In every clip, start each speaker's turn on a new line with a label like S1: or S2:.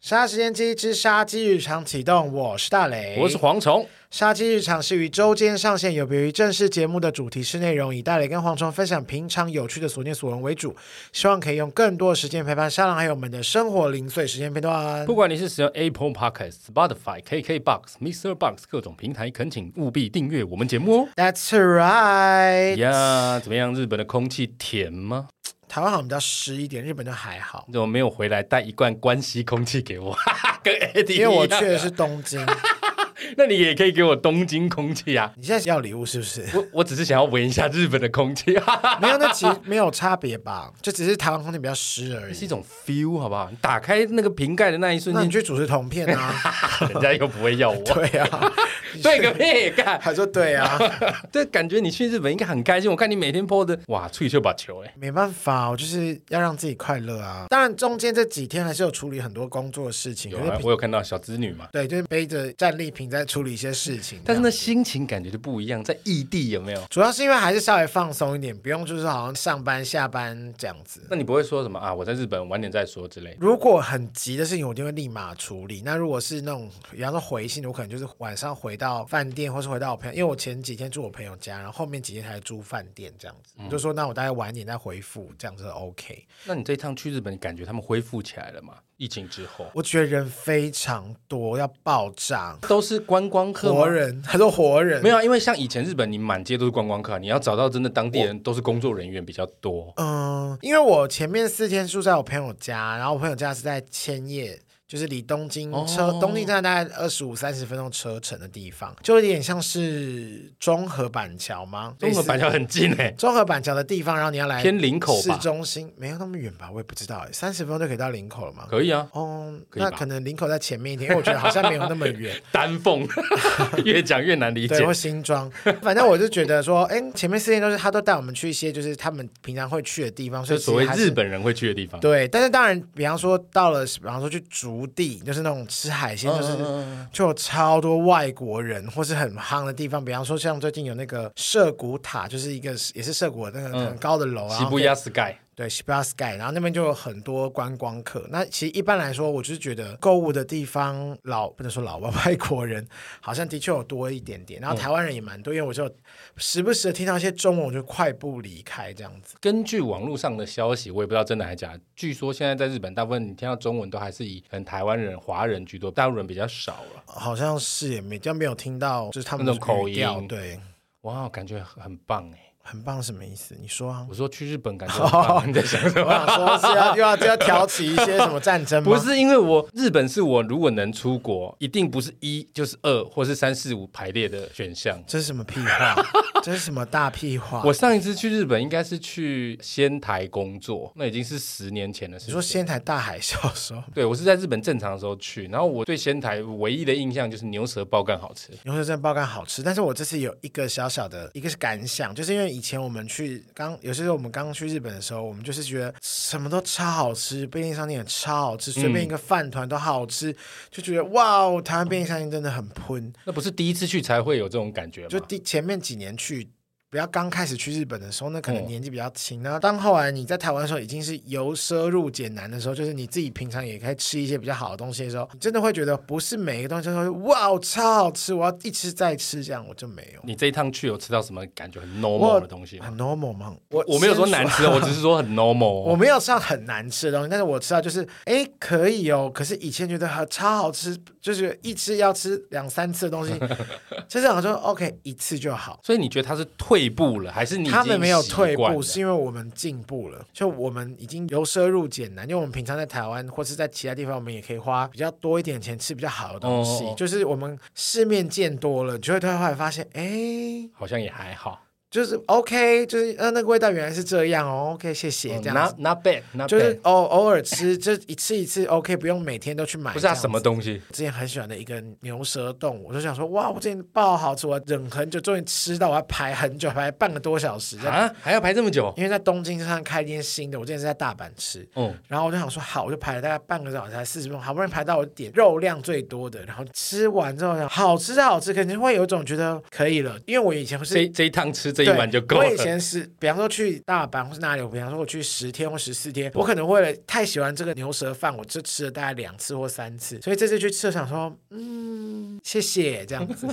S1: 杀时间机之杀鸡日常启动，我是大雷，
S2: 我是蝗虫。
S1: 杀鸡日常是于周间上线，有别于正式节目的主题式内容，以大雷跟蝗虫分享平常有趣的所见所闻为主，希望可以用更多的时间陪伴沙狼还有我们的生活零碎时间片段
S2: 不。管你是使用 Apple Podcast、Spotify、KKBox、Mr. Box 各种平台，恳请务必订阅我们节目哦。
S1: That's right。
S2: 呀，怎么样？日本的空气甜吗？
S1: 台湾好像比较湿一点，日本就还好
S2: 你，怎么没有回来带一罐关西空气给我？ 哈哈，跟 Eddie
S1: 因为我
S2: 一样啊
S1: 去的是东 京。
S2: 那你也可以给我东京空气啊。
S1: 你现在要礼物是不 是？
S2: 我我只是想要闻一下日本的空气，啊 哈哈，
S1: 没有，那其实没有差别吧，就只是台湾空气比较湿而
S2: 这 是
S1: 已
S2: 一。种 feel 好不好？你打开那个瓶盖的那一瞬
S1: 那你
S2: 间，
S1: 去主持同片 啊？
S2: 人家又不会要 我。
S1: 对啊，
S2: 对个屁！干，
S1: 还说对啊，
S2: 这感觉你去日本应该很开心。我看你每天 PO 的，哇，出去就把球哎、
S1: 没办法，我就是要让自己快乐啊。当然，中间这几天还是有处理很多工作的事情，
S2: 有
S1: 可是
S2: 啊，
S1: 比
S2: 我有看到小织女嘛，
S1: 对，就是背着战利品在处理一些事情。
S2: 但是
S1: 这样
S2: 那心情感觉就不一样，在异地有没有？
S1: 主要是因为还是稍微放松一点，不用就是好像上班下班这样子。
S2: 那你不会说什么啊？我在日本晚点再说之类的。
S1: 如果很急的事情，我一定会立马处理。那如果是那种，比方说回信，我可能就是晚上回到饭店，或是回到我朋友，因为我前几天住我朋友家，然后后面几天才住饭店这样子。
S2: 嗯
S1: 我就说那我大概晚一点再回复，这样子 OK。
S2: 那你这一趟去日本，你感觉他们恢复起来了吗？疫情之后
S1: 我觉得人非常多，要爆炸，
S2: 都是观光客
S1: 活
S2: 吗？
S1: 人， 很多活人
S2: 没。有啊，因为像以前日本，你满街都是观光客啊，你要找到真的当地人都是工作人员比较多。
S1: 嗯，因为我前面四天住在我朋友家，然后我朋友家是在千叶，就是离东京车、
S2: 哦
S1: 东京站大概二十五三十分钟车程的地方，就有点像是中和板桥吗？
S2: 综合板桥
S1: 类似
S2: 很近哎、
S1: 中和板桥的地方，然后你要来
S2: 偏林口
S1: 市
S2: 吧？
S1: 中心，没有那么远吧？我也不知道，欸三十分钟就可以到林口了吗？
S2: 可以啊，
S1: 哦，
S2: 可以
S1: 那
S2: 吧
S1: 可能林口在前面一点，因为我觉得好像没有那么远。
S2: 丹 凤越讲越难理
S1: 对，
S2: 解
S1: 或。新庄，反正我就觉得说，哎，前面四天都是他都带我们去一些就是他们平常会去的地方，所
S2: 就
S1: 以
S2: 所谓
S1: 其实还是
S2: 日本人会去的地方。
S1: 对，但是当然，比方说到了，比方说去竹地，就是那种吃海鲜，
S2: 嗯，
S1: 就是、
S2: 嗯嗯
S1: 就有超多外国人或是很夯的地方。比方说，像最近有那个涉谷塔，就是一个也是涉谷的那个
S2: 嗯
S1: 很高的楼，啊
S2: 嗯
S1: 然
S2: 西
S1: 后
S2: 部亚 sky
S1: 对西布亚 sky，然后那边就
S2: 嗯
S1: 有很多观光客。那其实一般来说，我就是觉得购物的地方老不能说老外外国人， 好像的确有多一点点。然
S2: 嗯
S1: 后台湾人也蛮多，因为我就时不时的听到一些中文，我就快步离开这样子。
S2: 根据网络上的消息，我也不知道真的还假的。据说现在在日本，大部分你听到中文都还是以可能台湾人、华人居多，大陆人比较少了。
S1: 好像是也没，就没有听到，就是他们
S2: 那种口
S1: 语调
S2: 音
S1: 对，
S2: 哇，感觉很很棒哎！
S1: 很棒什么意思？你说啊
S2: 我？说去日本感觉很棒，你在想 什
S1: 我想
S2: 么？
S1: 说是 要又要又要挑起一些什么战争吗？
S2: 不，是因为我日本是我如果能出国，一定不是一就是二或是三四五排列的选项。
S1: 这是什么屁话？这是什么大屁话？
S2: 我上一次去日本应该是去仙台工作，那已经是十年前的事
S1: 你
S2: 情。
S1: 说仙台大海啸的时候，
S2: 对，我是在日本正常的时候去，然后我对仙台唯一的印象就是牛舌爆干好吃。
S1: 牛舌真的爆肝好吃，但是我这次有一个小小的一个是感想，就是因为以前我们去刚有些时候我们刚去日本的时候，我们就是觉得什么都超好吃，便利商店也超好吃，随便一个饭团都好吃，就觉得哇哦，台湾便利商店真的很喷。
S2: 那不是第一次去才会有这种感觉
S1: 就
S2: 吗？
S1: 第前面几年去，不要刚开始去日本的时候，那可能
S2: 嗯
S1: 年纪比较轻。然后当后来你在台湾的时候，已经是由奢入俭难的时候，就是你自己平常也可以吃一些比较好的东西的时候，你真的会觉得不是每一个东西都会哇哦超好吃，我要一吃再吃，这样我就没有。
S2: 你这一趟去有吃到什么感觉很
S1: 我
S2: normal 的东西吗？
S1: 很 normal 吗？
S2: 我我没有说难吃，哦，我只是说很 normal
S1: 我
S2: 哦。
S1: 没有吃到很难吃的东西，但是我吃到就是，哎，可以哦。可是以前觉得很超好吃，就是一吃要吃两三次的东 西，就是想说 OK 一次就好。
S2: 所以你觉得他是退步了，还是你已经
S1: 他们没有
S2: 习
S1: 退
S2: 惯
S1: 步，
S2: 了
S1: 是因为我们进步了，就我们已经由奢入俭难。因为我们平常在台湾或是在其他地方，我们也可以花比较多一点钱吃比较好的东西。
S2: 哦哦哦
S1: 就是我们世面见多了，你就会突然后来发现，哎，
S2: 好像也还好。
S1: 就是 OK，就是呃那个味道原来是这样哦。OK，谢谢，这样
S2: 嗯那
S1: 子。
S2: 那 bad，那
S1: 就是
S2: bad，
S1: 偶偶尔吃，就一次一次 OK，不用每天都去买。
S2: 不是啊，什么东西？
S1: 之前很喜欢的一个牛舌冻，我就想说，哇，我之前爆好吃，我忍很久，终于吃到，我还排很久，排半个多小时在
S2: 啊，还要排这么久？
S1: 因为在东京上开一间新的，我之前是在大阪吃，
S2: 嗯，
S1: 然后我就想说好，我就排了大概半个小时，才四十分钟，好不容易排到我点肉量最多的，然后吃完之后想好吃是好吃，肯定会有一种觉得可以了，因为我以前是
S2: 这这一趟吃这这一碗就
S1: 对
S2: 够
S1: 我以
S2: 了。
S1: 前是，比方说去大阪或是哪里，我比方说我去十天或十四天，我可能为了太喜欢这个牛舌饭，我就吃了大概两次或三次。所以这次去吃，想说，嗯，谢谢这样 子。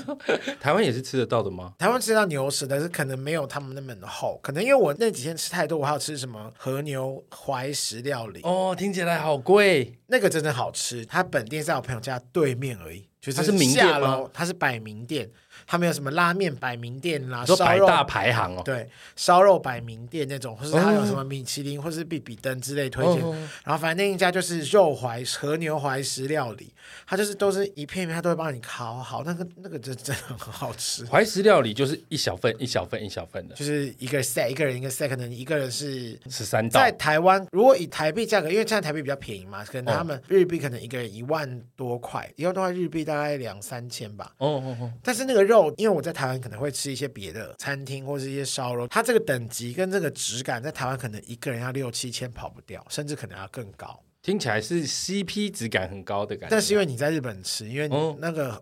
S2: 台湾也是吃得到的吗？
S1: 台湾吃到牛舌，但是可能没有他们那么厚，可能因为我那几天吃太多，我还有吃什么和牛怀石料理，
S2: 哦，听起来好贵。
S1: 那个真的好吃。它本店在我朋友家对面而已，就是
S2: 它是名店吗
S1: 下楼？它是百名店，它没有什么拉面百名店啦，
S2: 你说
S1: 啊烧
S2: 百
S1: 肉
S2: 大排行哦，
S1: 对，烧肉百名店那种，或是它有什么米其林或是比比登之类推荐。
S2: 哦
S1: 然后反正那一家就是肉怀和牛怀石料理，它就是都是一片一片，它都会帮你烤好，那个那个真真的很好吃。
S2: 怀石料理就是一小份一小份一小份的，
S1: 就是一个 set，一个人一个 set，可能一个人是
S2: 十三道
S1: 在台湾，如果以台币价格，因为现在台币比较便宜嘛，可能
S2: 哦
S1: 他们日币可能一个人一万多块，一万多块日币大概两三千吧。
S2: 哦哦哦，
S1: 但是那个肉，因为我在台湾可能会吃一些别的餐厅或是一些烧肉，它这个等级跟这个质感，在台湾可能一个人要六七千跑不掉，甚至可能要更高。
S2: 听起来是 CP 值感很高的感觉。
S1: 但是因为你在日本吃，因为你
S2: 哦
S1: 那个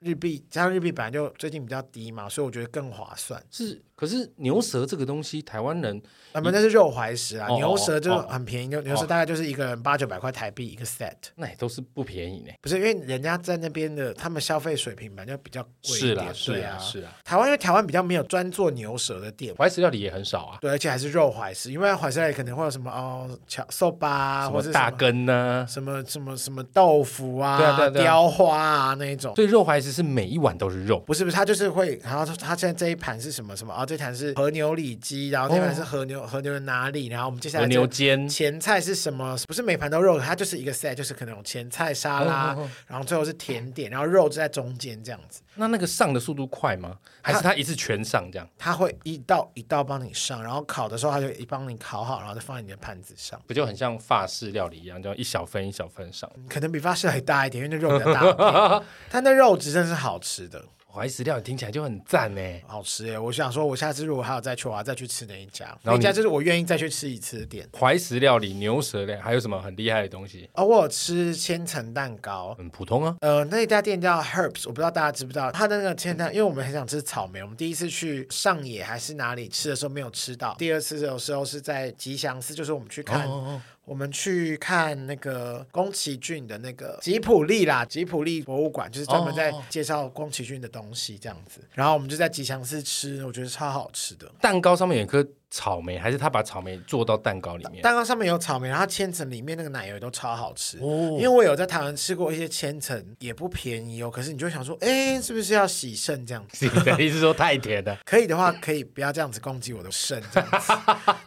S1: 日币加上日币本来就最近比较低嘛，所以我觉得更划算。
S2: 是，可是牛舌这个东西，台湾人
S1: 啊，不，那是肉怀石啊，
S2: 哦
S1: 牛舌就
S2: 哦哦
S1: 很便宜，牛牛舌大概就是一个人八九百块台币一个 set，
S2: 那也都是不便宜呢。
S1: 不是因为人家在那边的他们消费水平本来就比较贵一
S2: 是啦，
S1: 点，
S2: 是
S1: 对
S2: 啦，
S1: 啊，
S2: 是啦，
S1: 台湾因为台湾比较没有专做牛舌的店。
S2: 怀石料理也很少啊，
S1: 对，而且还是肉怀石，因为怀石料理可能会有什么哦，巧寿巴啊，
S2: 什
S1: 或
S2: 么
S1: 者
S2: 大
S1: 什么
S2: 根啊呢？
S1: 什么什么什么豆腐啊，
S2: 对啊对啊对啊
S1: 雕花啊那一种。
S2: 所以肉怀石是每一碗都是肉，
S1: 不是不是，他就是会，然后他现在这一盘是什么什么？哦，这盘是和牛里脊，然后这盘是和牛、和牛的哪里？然后我们接下来
S2: 哦和
S1: 这
S2: 牛肩。
S1: 前菜是什么？不是每盘都肉，它就是一个 set，就是可能有前菜沙拉，
S2: 哦哦哦
S1: 然后最后是甜点，然后肉就在中间这样子。
S2: 那那个上的速度快吗？还是它一次全上这样？
S1: 它会一道一道帮你上，然后烤的时候它就一帮你烤好，然后再放在你的盘子上。
S2: 不就很像法式料理一样，就一小份一小份上？
S1: 嗯可能比法式还大一点，因为那肉比较大片，但那肉质真的是好吃的，
S2: 怀石料理听起来就很赞呢。
S1: 好吃耶！我想说，我下次如果还有再去，我要再去吃那一家，
S2: 然
S1: 那
S2: 后
S1: 一
S2: 你
S1: 家就是我愿意再去吃一次的店。
S2: 怀石料理、牛舌料理还有什么很厉害的东西？
S1: 哦，我有吃千层蛋糕，
S2: 很普通啊，
S1: 呃，那一家店叫 Herbs，我不知道大家知不知道，它的那个千蛋，因为我们很想吃草莓，我们第一次去上野还是哪里吃的时候没有吃到，第二次的时候是在吉祥寺，就是我们去看，
S2: 哦
S1: 我们去看那个宫崎骏的那个吉普力啦，吉普力博物馆，就是专门在
S2: 哦哦
S1: 介绍宫崎骏的东西这样子，然后我们就在吉祥寺吃，我觉得超好吃的。
S2: 蛋糕上面有一颗草莓，还是他把草莓做到蛋糕里面？
S1: 蛋糕上面有草莓，然后千层里面那个奶油也都超好吃。
S2: 哦
S1: 因为我有在台湾吃过一些千层，也不便宜哦。可是你就会想说，哎，是不是要洗肾这样子？
S2: 你的意思说太甜了？
S1: 可以的话，可以不要这样子攻击我的肾这样 子，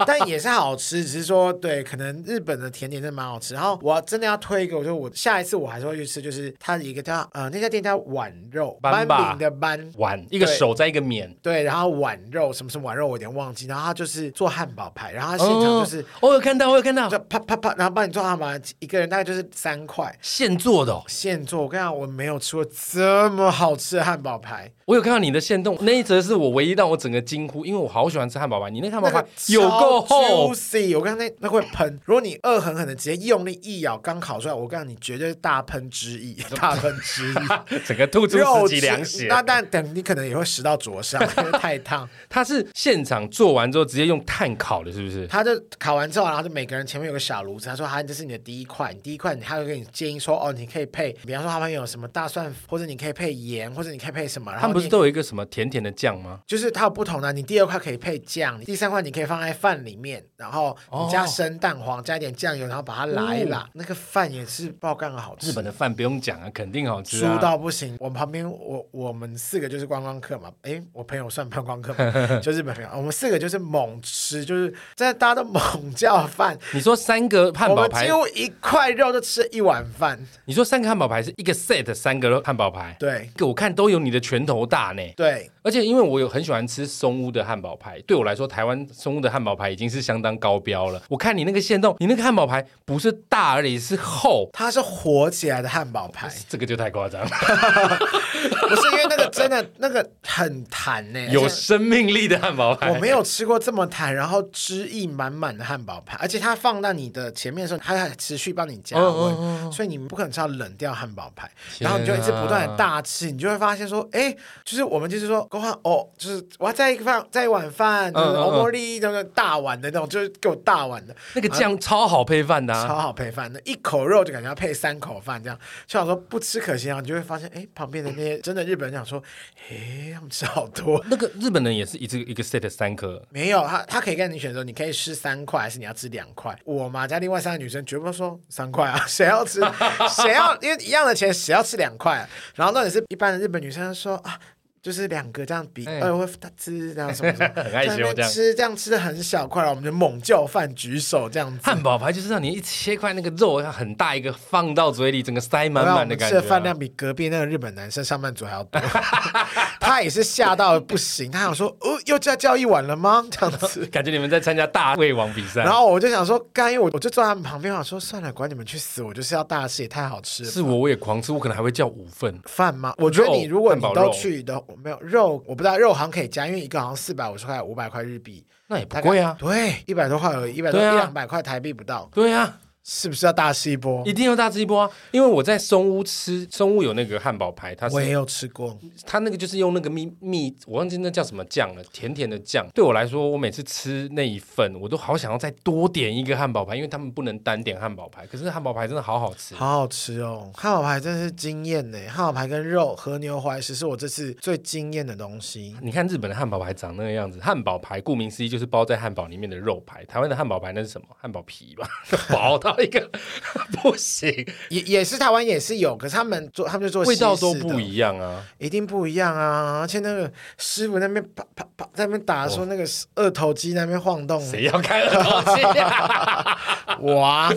S1: 但也是好吃。只是说，对，可能日本的甜点真的蛮好吃。然后我真的要推一个，我说我下一次我还是会去吃，就是它一个叫呃那家店叫碗肉
S2: 斑吧
S1: 饼的斑。
S2: 碗一个
S1: 对
S2: 手在一个面，
S1: 对，然后碗肉什么什么碗肉，我有点忘记。然后它就是做汉堡排，然后它现场就是、
S2: 哦我有看到，我有看到
S1: 就啪啪啪，然后帮你做好嘛，一个人大概就是三块。
S2: 现做的哦、
S1: 现做，我跟你讲，我没有吃过这么好吃的汉堡排，
S2: 我有看到你的现动，那一则是我唯一让我整个惊呼，因为我好喜欢吃汉堡包，你那个汉堡
S1: 那
S2: 包
S1: 个
S2: 有够厚，
S1: juicy，我刚才那会喷，如果你恶狠狠的直接用力一咬，刚烤出来，我告诉你，绝对是大喷汁液，大喷汁 液。
S2: 整个吐出
S1: 肉
S2: 十
S1: 汁
S2: 几凉血。
S1: 那但等你可能也会食到灼伤，因为 太烫。
S2: 它是现场做完之后直接用炭烤的，是不是？
S1: 他就烤完之后，然后就每个人前面有个小炉子，他说：“哈，这是你的第一块，你第一块，他会给你建议说，哦，你可以配，比方说他们有什么大蒜，或者你可以配盐，或者你可以配什么。”然
S2: 他
S1: 后
S2: 们不
S1: 你
S2: 是都有一个什么甜甜的酱吗？
S1: 就是它有不同的，你第二块可以配酱，第三块你可以放在饭里面，然后
S2: 哦
S1: 你加生蛋黄，加一点酱油，然后把它拉一拉，那个饭也是爆干的好吃。
S2: 日本的饭不用讲啊，肯定好吃
S1: 输
S2: 啊。
S1: 到不行，我们旁边我我们四个就是观光客嘛，诶，我朋友算观光客 吗？就日本朋友，我们四个就是猛吃，就是在大家都猛叫饭，
S2: 你说三个汉
S1: 我
S2: 堡
S1: 们几
S2: 排，
S1: 乎一块肉就吃一碗饭，
S2: 你说三个汉堡排是一个 set 三个汉堡排，
S1: 对
S2: 我看都有你的拳头大呢。
S1: 对，
S2: 而且因为我有很喜欢吃松屋的汉堡排，对我来说，台湾松屋的汉堡排已经是相当高标了。我看你那个线动，你那个汉堡排不是大而已，是厚，
S1: 它是火起来的汉堡排。
S2: 这个就太夸张了。
S1: 不是因为那个真的那个很弹呢、
S2: 有
S1: 而且
S2: 生命力的汉堡
S1: 我
S2: 排。
S1: 没有吃过这么弹，然后汁意满满的汉堡排，而且它放到你的前面的时候，它还持续帮你加温，
S2: 嗯
S1: 所以你不可能吃到冷掉汉堡排，
S2: 天啊
S1: 然后你就一直不断的大吃，你就会发现说，哎，就是我们就是说，够饭哦，就是我要再一个饭，再一碗饭，就
S2: 嗯
S1: 是
S2: 嗯嗯
S1: 欧茉莉那个大碗的那种，就是给我大碗的，
S2: 那个酱超好配饭的、
S1: 超
S2: 啊，
S1: 好配饭的，一口肉就感觉要配三口饭这样。就想说不吃可惜啊，你就会发现，哎，旁边的那些真的日本人想说，哎，他们吃好多。
S2: 那个日本人也是一次一个 set 三颗，
S1: 没有，他他可以跟你选择，你可以吃三块，还是你要吃两块？我嘛加另外三个女生，绝不会说三块啊，谁要 吃？谁要？因为一样的钱，谁要吃两块、啊然后那也是一般的日本女生说啊。就是两个这样比，
S2: 哎
S1: 哎、我会吃这样什么什么，
S2: 很害羞
S1: 在那边
S2: 哦这样
S1: 吃这样吃的很小块，然后我们就猛叫饭举手这样子，
S2: 汉堡排就是让你一切块那个肉很大一个放到嘴里，整个塞满满的感觉、啊
S1: 我让我们吃的饭量比隔壁那个日本男生上班族还要多， 他也是吓到不行，他想说，哦，又再叫一碗了吗？这样子。
S2: 感觉你们在参加大胃王比赛。
S1: 然后我就想说，干，因为我我就坐在他们旁边，我想说算了，管你们去死，我就是要大吃，也太好吃了。
S2: 是我我也狂吃，我可能还会叫五份。
S1: 饭吗？我觉得你
S2: 肉
S1: 如果
S2: 汉
S1: 你
S2: 堡肉
S1: 都去的，我没有肉，我不知道肉好像可以加，因为一个好像四百五十块、五百块日币，
S2: 那也不
S1: 大概
S2: 贵啊，
S1: 对，一百多块而已，一百多一
S2: 对啊
S1: 两百块台币不到，
S2: 对啊，
S1: 是不是要大吃一波
S2: 一？定要大吃一波啊！因为我在松屋吃，松屋有那个汉堡排，它
S1: 我也
S2: 是
S1: 有吃过，
S2: 它那个就是用那个蜜蜜，我忘记那叫什么酱了，甜甜的酱。对我来说，我每次吃那一份，我都好想要再多点一个汉堡排，因为他们不能单点汉堡排。可是汉堡排真的好好吃，
S1: 好好吃哦！汉堡排真是惊艳呢，汉堡排跟肉和牛怀石是我这次最惊艳的东西。
S2: 你看日本的汉堡排长那个样子，汉堡排顾名思义就是包在汉堡里面的肉排。台湾的汉堡排那是什么？汉堡皮吧， 薄到一个 不行，
S1: 也也是台湾也是有，可是他们做他们就做
S2: 味道
S1: 西
S2: 都
S1: 式的
S2: 不，一样啊。
S1: 一定不一样啊！而且那个师傅那边啪啪啪在那边打，说那个二头肌那边晃动，
S2: 谁要开二头肌、 啊？
S1: 哇，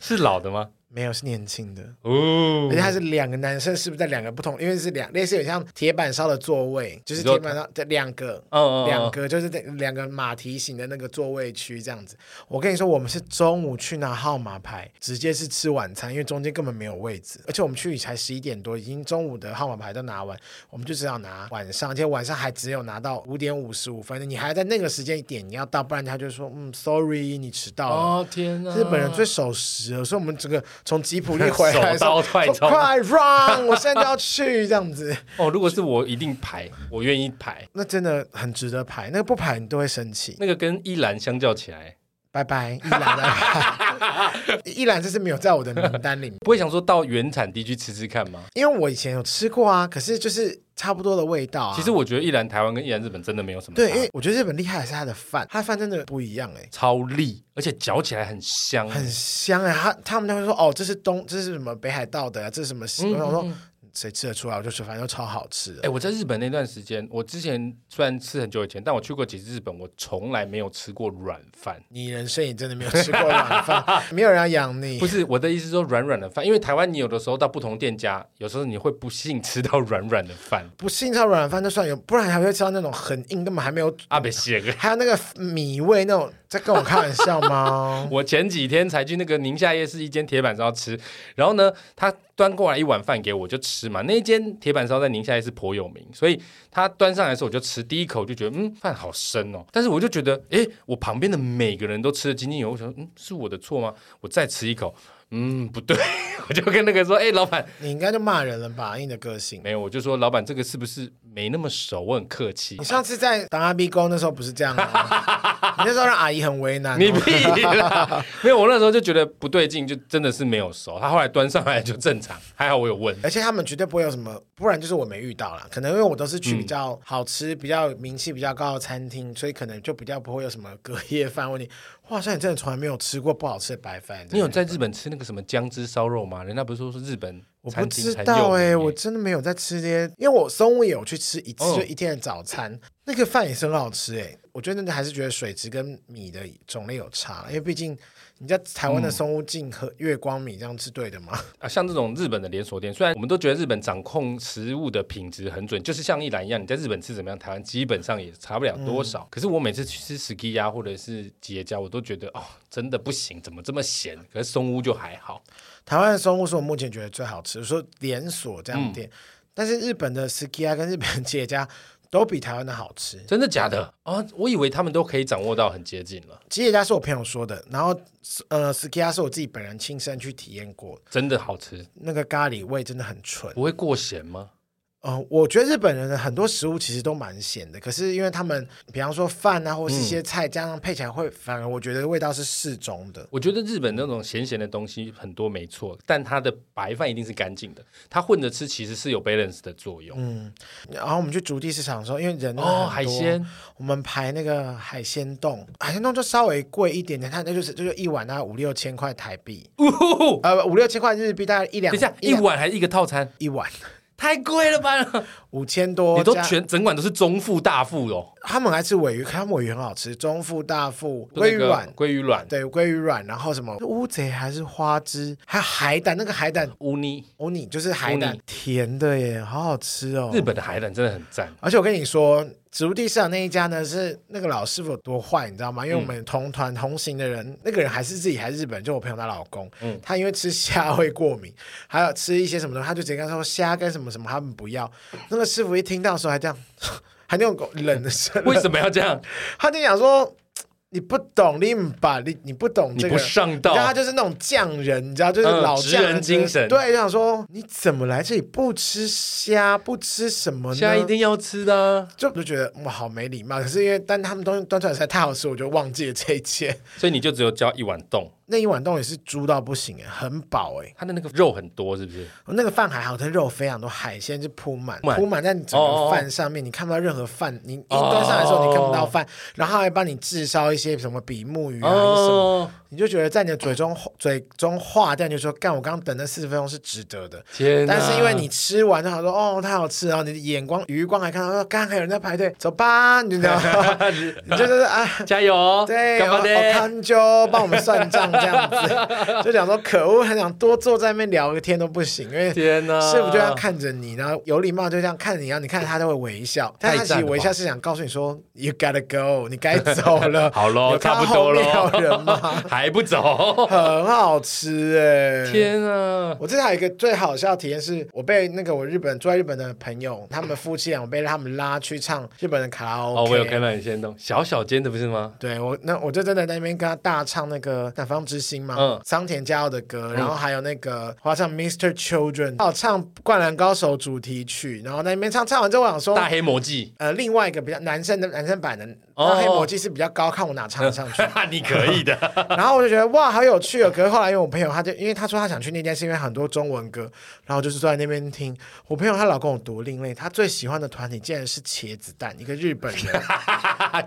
S2: 是老的吗？
S1: 没有是年轻的，
S2: 哦
S1: 而且，他是两个男生，是不是在两个不同？因为是两类似有像铁板烧的座位，就是
S2: 你说
S1: 铁板烧的两个，
S2: 嗯嗯嗯
S1: 两个就是这两个马蹄形的那个座位区这样子。我跟你说，我们是中午去拿号码牌，直接是吃晚餐，因为中间根本没有位置，而且我们去才十一点多，已经中午的号码牌都拿完，我们就只好拿晚上，而且晚上还只有拿到五点五十五分，你还在那个时间点你要到，不然他就说嗯，sorry，你迟到了。
S2: 哦天哪！
S1: 日本人最守时了，所以我们整个从吉普力回来的时候，嗯
S2: 手刀快冲
S1: 快 run！我现在就要去这样子，
S2: 哦，如果是我一定排，我愿意排。
S1: 那真的很值得排。那个不排你都会生气。
S2: 那个跟依兰相较起来，
S1: 拜拜，依兰拜拜， 依兰这是没有在我的名单里面，
S2: 不会想说到原产地去吃吃看吗？
S1: 因为我以前有吃过啊，可是就是差不多的味道啊。
S2: 其实我觉得依兰台湾跟依兰日本真的没有什么
S1: 对，
S2: 差
S1: 因为我觉得日本厉害的是它的饭，它的饭真的不一样哎、
S2: 超力，而且嚼起来很香，
S1: 很香哎、他他们都会说哦，这是东，这是什么北海道的、啊，这是什么西？
S2: 嗯
S1: 我想说谁吃得出来？我就说反正都超好吃的
S2: 哎、。我在日本那段时间，我之前虽然吃很久以前，但我去过几次日本，我从来没有吃过软饭。
S1: 你人生也真的没有吃过软 饭，没有人要养你
S2: 不。是我的意思，说软软的饭，因为台湾你有的时候到不同店家，有时候你会不幸吃到软软的 饭，
S1: 不信吃到软饭就算有，不然还会吃到那种很硬，根本还没有，
S2: 啊，别谢个。
S1: 还有那个米味那种，在跟我开玩笑吗？
S2: 我前几天才去那个宁夏夜市一间铁板烧吃，然后呢，他端过来一碗饭给我我就吃嘛。那一间铁板烧在宁夏夜市颇有名，所以他端上来的时候我就吃，第一口就觉得嗯饭好深哦，但是我就觉得诶，我旁边的每个人都吃的津津有味，我想说嗯是我的错吗？我再吃一口，嗯不对， 我就跟那个说诶，老板
S1: 你应该就骂人了吧？以你的个性，
S2: 没有，我就说老板这个是不是没那么熟？我很客气
S1: 你。上次在当阿 B 沟那时候不是这 样吗？你那时候让阿姨很为难、
S2: 你
S1: 哦。
S2: 屁啦！ 没有，我那时候就觉得不对劲，就真的是没有熟。他后来端上来就正常，还好我有问。
S1: 而且他们绝对不会有什么，不然就是我没遇到啦。可能因为我都是
S2: 嗯
S1: 去比较好吃、比较名气比较高的餐厅，所以可能就比较不会有什么隔夜饭问题。哇，像你真的从来没有吃过不好吃的白饭，
S2: 你有在日本吃那个什么姜汁烧肉吗？人家不是说是日本
S1: 我不
S2: 餐厅
S1: 知
S2: 才
S1: 道
S2: 有
S1: 哎、
S2: 名欸
S1: 我真的没有在吃这些，因为我中午也有去吃一次，
S2: 哦
S1: 就一天的早餐，那个饭也是很好吃哎、我觉得那个还是觉得水质跟米的种类有差，因为毕竟你在台
S2: 嗯
S1: 湾的松屋进和月光米这样是对的 嘛。
S2: 啊，像这种日本的连锁店，虽然我们都觉得日本掌控食物的品质很准，就是像一兰一样，你在日本吃怎么样，台湾基本上也差不了多少。可是我每次去吃 ski 呀、或者是吉野家，我都觉得哦，真的不行，怎么这么咸？可是松屋就还好，嗯
S1: 台湾的松屋是我目前觉得最好吃，说连锁这样的店。但是日本的 sukiya 跟日本的 企业家都比台湾的好吃。
S2: 真的假的啊？我以为他们都可以掌握到很接近了，
S1: 企业家是我朋友说的，然后呃 sukiya 是我自己本人亲身去体验过，
S2: 真的好吃，
S1: 那个咖喱味真的很纯。
S2: 不会过咸吗？
S1: 嗯、我觉得日本人的很多食物其实都蛮咸的，可是因为他们，比方说饭啊，或是一
S2: 嗯
S1: 些菜，加上配起来会，反而我觉得味道是适中的。
S2: 我觉得日本那种咸咸的东西很多没错，但它的白饭一定是干净的，它混着吃其实是有 balance 的作用。
S1: 嗯然后我们去竹地市场的时候，因为人真的嗯很
S2: 哦，
S1: 多
S2: 海，鲜
S1: 我们排那个海鲜冻，海鲜冻就稍微贵一点点，它那就是就是一碗大概五六千块台币，呃五六千块日币，大概一两
S2: 等一下，
S1: 一
S2: 一
S1: 两
S2: 碗还是一个套餐？
S1: 一碗
S2: 太贵了吧！
S1: 五千多，
S2: 你都
S1: 加
S2: 全整碗都是中腹大腹哦，
S1: 他们还吃尾鱼，可他们尾鱼很好吃，中腹大腹
S2: 就
S1: 鲑
S2: 那
S1: 鱼
S2: 个
S1: 卵。
S2: 鲑鱼卵、
S1: 对，鲑鱼卵，然后什么乌贼还是花枝，还有海胆，那个海胆
S2: 乌泥。
S1: 乌尼就是海
S2: 乌
S1: 胆
S2: 尼，
S1: 甜的耶，好好吃哦。
S2: 日本的海胆真的很赞，
S1: 而且我跟你说，植物地市场那一家呢，是那个老师傅有多坏，你知道吗？因
S2: 嗯
S1: 为我们同团同行的人，那个人还是自己还是日本人，就我朋友她老公，
S2: 嗯
S1: 他因为吃虾会过敏，还有吃一些什么东西，他就直接跟他说虾跟什么什么他们不要。那个师傅一听到的时候还这样，还那种冷的声，
S2: 为什么要这 样？
S1: 他就想说。你不懂，你唔吧，你你不懂
S2: 你
S1: 这
S2: 不
S1: 个，
S2: 上
S1: 你知道
S2: 道
S1: 他，就是那种匠人，你知道，就是
S2: 嗯
S1: 老
S2: 职
S1: 匠
S2: 人精神
S1: 对，就想说你怎么来这里不吃虾，不吃什么呢？
S2: 虾一定要吃的啊、
S1: 就就觉得哇，好没礼貌。可是因为但他们东西端出来实在太好吃，我就忘记了这一切。
S2: 所以你就只有交一碗冻，
S1: 那一碗冻也是猪到不行哎，很饱哎。
S2: 它的那个肉很多，是不是？
S1: 那个饭还好，但肉非常多，海鲜就铺满，
S2: 满
S1: 铺满在你整
S2: 哦哦
S1: 个
S2: 哦
S1: 饭上面，你看不到任何饭。你一端上来的时候，你看不到
S2: 哦
S1: 饭，然后还帮你炙烧一些什么比目鱼啊，还是什么，
S2: 哦，
S1: 你就觉得在你的嘴中嘴中化掉，你就说干，我刚刚等那四十分钟是值得的。
S2: 天哪！
S1: 但是因为你吃完就想说哦太好吃了，然后你的眼光余光还啊看到说刚刚还有人在排队，走吧，你知道 吗？你就是啊，
S2: 加油，
S1: 对，
S2: 干嘛
S1: 哦
S2: 的？
S1: 康就帮我们算账这样子， 就想说可恶，很想多坐在那边聊个天都不行，因为
S2: 天哪！
S1: 师傅就这样看着你，然后有礼貌就这样看你，然后你看他都会微笑，但他
S2: 太
S1: 其
S2: 赞了吧，
S1: 实微笑是想告诉你说 you gotta go，你该走了
S2: 好咯，
S1: 有看
S2: 哦差
S1: 到
S2: 不多
S1: 后面有人
S2: 咯
S1: 吗，
S2: 还不走？
S1: 很好吃哎、
S2: 天啊！
S1: 我之前还有一个最好笑的体验是，我被那个我日本住在日本的朋友，他们夫妻俩，我被他们拉去唱日本的卡拉 OK。
S2: 哦，我有看到你先动小小间的不是吗？
S1: 对我，那我就真的在那边跟他大唱那个《南方之星》嘛，
S2: 嗯
S1: 桑田佳祐的歌，然后还有那个我要唱《Mr. Children》，还有唱《灌篮高手》主题曲，然后在那边唱，唱完之后我想说，
S2: 大黑魔记，
S1: 呃，另外一个比较男生的男生版的《
S2: 哦
S1: 那黑魔记》是比较高，看我哪唱得上去
S2: 哈。哈， 你可以的。
S1: 然后我就觉得哇，好有趣哦。可是后来因为我朋友他就因为他说他想去那间是因为很多中文歌，然后我就是坐在那边听。我朋友她老公有多另类，他最喜欢的团体竟然是茄子蛋，一个日本 人。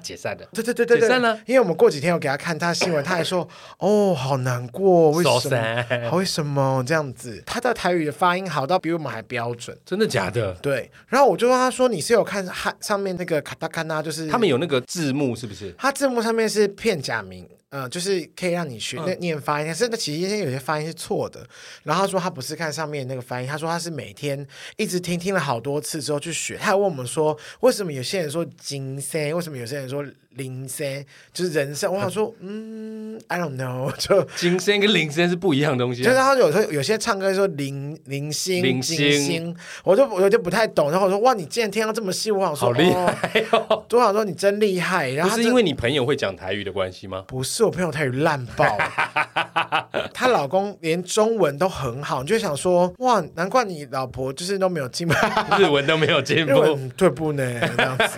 S2: 解散的，
S1: 对对对对
S2: 解
S1: 对，
S2: 散了
S1: 因为我们过几天有给他看他新闻，他还说哦，好难过，为
S2: 手
S1: 什
S2: 散
S1: 么？为什么这样子？他的台语的发音好到比我们还标准。
S2: 真的假的？
S1: 对，然后我就问他说：“你是有看汉上面那个卡达干呐？就是
S2: 他们有那个字幕是不是？
S1: 它字幕上面是片假名，呃，就是可以让你学
S2: 嗯
S1: 那念发音，但是那其实一些有些发音是错的。然后他说他不是看上面那个发音，他说他是每天一直听听了好多次之后去学。他还问我们说，为什么有些人说金声，为什么有些人说零声，就是人声？我想说，嗯，I don't know，就
S2: 金声跟铃声是不一样的东西
S1: 就是
S2: 啊。
S1: 他有时候有些唱歌说零零星
S2: 零星
S1: 金星，我就我就不太懂。然后我说哇，你竟然听到这么细，我想说
S2: 好厉
S1: 哦，
S2: 害哦！
S1: 我想说你真厉害。然
S2: 不
S1: 后他
S2: 是
S1: 真
S2: 因为你朋友会讲台语的关系 吗？
S1: 不是我朋友台语烂 爆了，她老公连中文都很好，你就想说哇，难怪你老婆就是都没有 进步，
S2: 日文都没有进
S1: 日
S2: 步。
S1: 文退步呢这样子。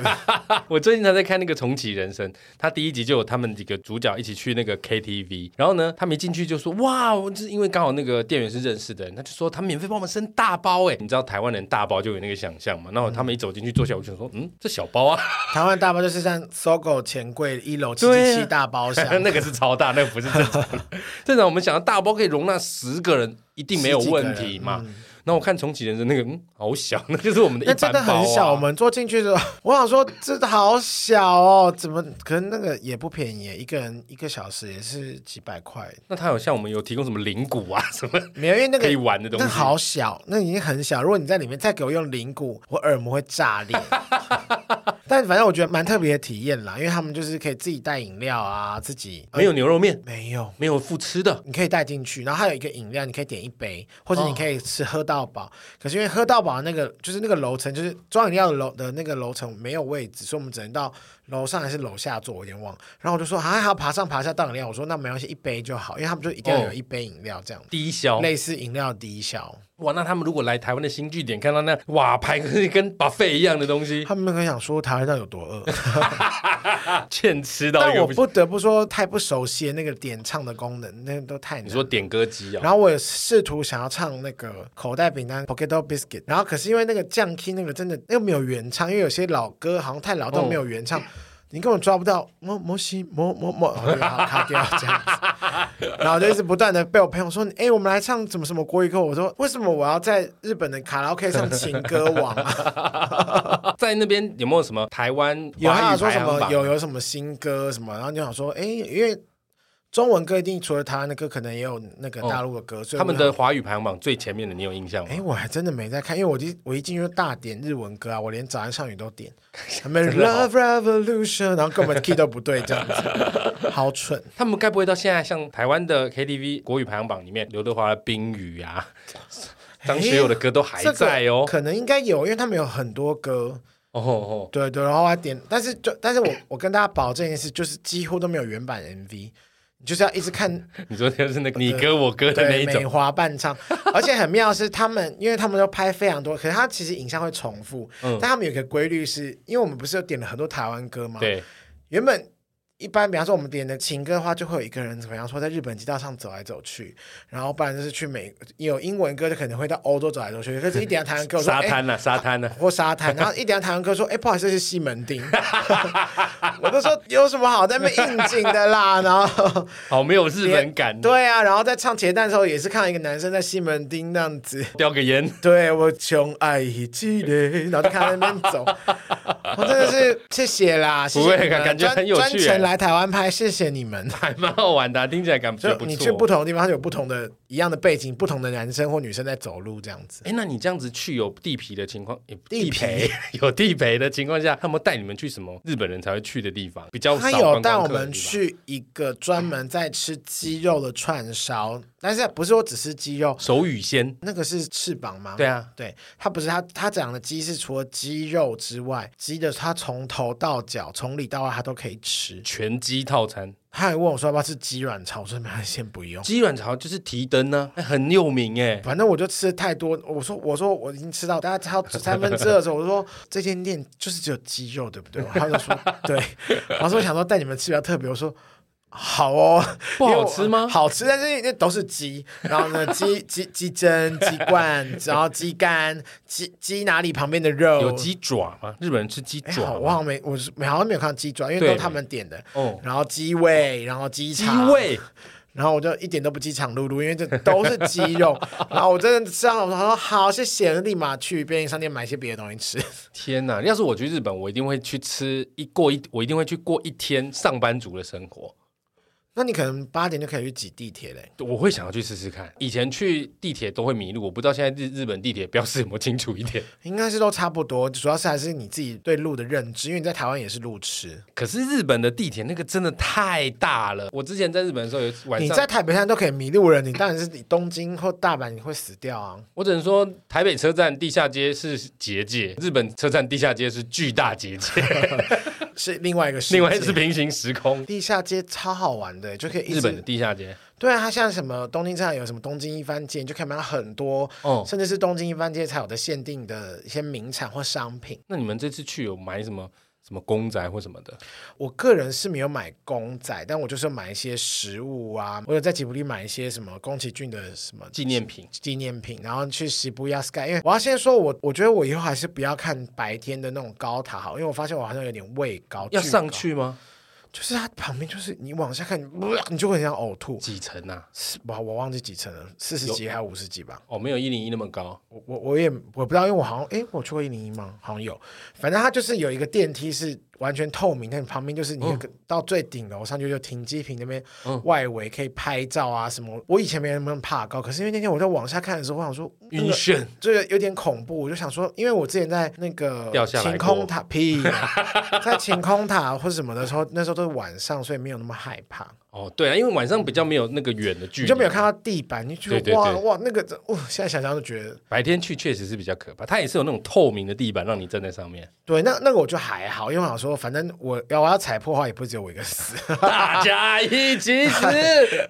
S2: 我最近才在看那个《重启人生》，他第一集就有他们几个主角一起去那个 KTV，然后呢，他们一进去就说：“哇，我就是因为刚好那个店员是认识的人，他就说他免费帮我们生大包哎，你知道台湾人大包就有那个想象嘛？然后他们一走进去坐下，我就想说，嗯，这小包啊，
S1: 台湾大包就是像搜狗钱柜一楼七
S2: 对
S1: 七
S2: 啊
S1: 七大包厢
S2: ，那个是超大，那个不是正常的。 正常我们想要大包可以容纳十个人，一定没有问题嘛。那、我看重启人生那个，嗯，好小，那就是我们的
S1: 嗯那
S2: 一
S1: 真
S2: 般
S1: 的
S2: 包、啊、
S1: 很小。我们坐进去的时候，我想说这好小哦，怎么可能那个也不便宜，一个人一个小时也是几百块，
S2: 那他有像我们有提供什么灵骨啊，什么
S1: 没有因为那
S2: 可以
S1: 个。
S2: 玩的东西？
S1: 那好 小，那已经很小。如果你在里面再给我用灵骨，我耳膜会炸裂。但反正我觉得蛮特别的体验啦，因为他们就是可以自己带饮料啊，自己
S2: 没有牛肉面，
S1: 没有，
S2: 没有付吃的，
S1: 你可以带进去，然后还有一个饮料，你可以点一杯，或者
S2: 哦
S1: 你可以吃喝到饱。可是因为喝到饱那个就是那个楼层，就是装饮料的楼的那个楼层没有位置，所以我们只能到楼上还是楼下坐，我有点忘了。然后我就说啊，还要爬上爬下倒饮料，我说那没关系，一杯就好，因为他们就一定要有一杯饮料这样，
S2: 低消。
S1: 类似饮料低消。
S2: 哇，那他们如果来台湾的新据点，看到那哇排跟跟 buffet 一样的东西，
S1: 他们可想说台湾到底有多饿，
S2: 欠吃到
S1: 但
S2: 一个
S1: 我
S2: 不行。
S1: 不得不说太不熟悉的那个点唱的功能，那个都太难了。
S2: 你说点歌机啊？
S1: 然后我也试图想要唱那个口袋饼干 （Potato Biscuit），然后可是因为那个降 key 那个真的又没有原唱，因为有些老歌好像太老都没有原唱，你根本抓不到摩摩西摩摩摩，然后就好卡掉这样子。然后我就一直不断的被我朋友说：“哎、我们来唱什么什么国语歌。”我说：“为什么我要在日本的卡拉 OK 唱情歌王啊？
S2: 在那边有没有什么台湾
S1: 有
S2: 华
S1: 他
S2: 语
S1: 说
S2: 排
S1: 什
S2: 行
S1: 么
S2: 榜？
S1: 有有什么新歌什么？然后就想说：哎、因为中文歌一定除了台湾的歌，可能也有那个大陆的歌，所以
S2: 哦他们
S1: 我
S2: 的华语排行榜最前面的，你有印象吗
S1: 哎、？我还真的没在看，因为我一我一进去就大点日文歌啊，我连早安少女都 点，他们
S2: 哦
S1: Love Revolution，然后根本 key 都不对，这样子，好蠢。
S2: 他们该不会到现在像台湾的 KTV 国语排行榜里面，刘德华的《冰雨》 啊，张学友的歌都 还在
S1: 这个
S2: 哦。
S1: 可能应该有，因为他们有很多歌，
S2: 哦哦，
S1: 对对，然后还点，但是就但是我我跟大家保证一件事，就是几乎都没有原版 MV，你就是要一直看
S2: 哦你说就是那个你歌我 歌的那
S1: 对
S2: 一
S1: 美
S2: 种，
S1: 华伴 唱，而且很妙是他们，因为他们都拍非常多，可是他其实影像会重复，
S2: 嗯
S1: 但他们有一个规律是，因为我们不是有点了很多台湾歌吗？
S2: 对，
S1: 原本一般，比方说我们点的情歌的话，就会有一个人怎么样说在日本街道上走来走去，然后不然就是去美有英文歌就可能会到欧洲走来走去，可是一点到台湾歌我说
S2: 沙
S1: 哎。
S2: 滩呐，沙滩啊呐。
S1: 或沙滩，然后一点到台湾 歌说：“哎、不好意思，这是西门町。”我就说有什么好在那边应景的啦。然后
S2: 好哦没有日本感，
S1: 对啊，然后在唱茄蛋的时候，也是看到一个男生在西门町那样 子。
S2: 叼个烟，
S1: 对我穷爱一起嘞，然后就看他在那 边走，我真的是谢谢啦，谢
S2: 不会
S1: 谢你们
S2: 感觉
S1: 专
S2: 很有趣
S1: 专程来台湾拍，谢谢你们。
S2: 还 蛮好玩的啊、听起来感觉
S1: 就
S2: 不
S1: 你去不
S2: 错。
S1: 同的地方，它有不同的一样的背景，不同的男生或女生在走路这样子。
S2: 哎，那你这样子去有地皮的情况，诶
S1: 地
S2: 陪 有地陪的情况下，他们带你们去什么日本人才会去的地方？比较
S1: 他
S2: 少
S1: 有
S2: 观光
S1: 带我
S2: 客的
S1: 们
S2: 地方
S1: 去一个专门在吃鸡肉的串烧，但是不是我只吃鸡肉，
S2: 手语先，
S1: 那个是翅膀吗？
S2: 对啊，
S1: 对，它不是它它讲的鸡是除了鸡肉之外，鸡的它从头到脚，从里到外它都可以吃。
S2: 全鸡套餐，
S1: 他还问我说要不要吃鸡卵巢，我说没关系，先不用。
S2: 鸡卵巢就是提灯
S1: 啊
S2: 呢、诶很有名哎。
S1: 反正我就吃的太多，我说我说我已经吃到大概 超三分之二的时候，我说这间店就是只有鸡肉，对不对？他就 说对，然后说想说带你们吃比较特别，我说。好哦，
S2: 不好
S1: 因为我
S2: 吃吗
S1: 好吃，但是那都是鸡，然后呢，鸡鸡鸡胗、鸡冠，然后鸡肝、鸡鸡哪里旁边的肉，
S2: 有鸡爪吗？日本人吃鸡
S1: 哎
S2: 爪
S1: 好我
S2: 吗？
S1: 好像没，我是好像没有看到鸡爪，因为
S2: 对
S1: 都是他们点的。
S2: 哦，
S1: 然后鸡尾，然后鸡
S2: 鸡
S1: 肠，
S2: 胃，
S1: 然后我就一点都不饥肠辘辘，因为这都是鸡肉。 然后我真的吃到，我说好，谢谢，立马去便利商店买一些别的东西吃。
S2: 天哪！要是我去日本，我一定会去吃一过一，我一定会去过一天上班族的生活。
S1: 那你可能八点就可以去挤地铁嘞。
S2: 我会想要去试试看。以前去地铁都会迷路，我不知道现在日日本地铁标示有没有清楚一点。
S1: 应该是都差不多，主要是还是你自己对路的认知，因为你在台湾也是路痴，
S2: 可是日本的地铁那个真的太大了。我之前在日本的时候，有一次晚
S1: 你
S2: 上
S1: 在台北站都可以迷路了，你当然是你东京或大阪你会死掉啊。
S2: 我只能说台北车站地下街是结界，日本车站地下街是巨大结界，
S1: 是另外一个世界，
S2: 另外是平行时空。
S1: 地下街超好玩的，就可以一直
S2: 日本的地下街，
S1: 对啊，它像什么东京站有什么东京一番街，你就可以买到很多，
S2: 哦
S1: 甚至是东京一番街才有的限定的一些名产或商品。
S2: 那你们这次去有买什么什么公仔或什么的？
S1: 我个人是没有买公仔，但我就是买一些食物啊，我有在吉卜力买一些什么宫崎骏的什么
S2: 纪念品。
S1: 纪念品，然后去西布亚 sky。因为我要先说我，我觉得我以后还是不要看白天的那种高塔好，因为我发现我好像有点畏高，
S2: 要
S1: 惧
S2: 上
S1: 高，
S2: 去吗？
S1: 就是它旁边就是你往下看，你就会很想呕吐。
S2: 几层啊？
S1: 哇，我忘记几层了，四十几还是五十几吧？
S2: 哦，没有一零一那么高。
S1: 我我我也我不知道，因为我好像诶，我去过一零一吗？好像有，反正它就是有一个电梯是完全透明，但旁边就是你
S2: 嗯
S1: 到最顶楼上去就停机坪那边
S2: 嗯
S1: 外围可以拍照啊什么。我以前没那么怕高，可是因为那天我在往下看的时候，我想说那
S2: 晕
S1: 个
S2: 眩，
S1: 这个有点恐怖，我就想说，因为我之前在那个
S2: 掉下来
S1: 晴
S2: 过
S1: 空 塔，屁啦，在晴空塔或什么的时候，那时候都是晚上，所以没有那么害怕，
S2: 哦，对啊，因为晚上比较没有那个远的距
S1: 你
S2: 离，啊
S1: 就没有看到地板，你就觉
S2: 对对
S1: 得哇
S2: 对
S1: 哇那个，哇，现在想想就觉得，
S2: 白天去确实是比较可怕，它也是有那种透明的地板让你站在上面，
S1: 对，那那个我就还好，因为我想说，反正我要我要踩破的话，也不是只有我一个死，
S2: 大家一起死，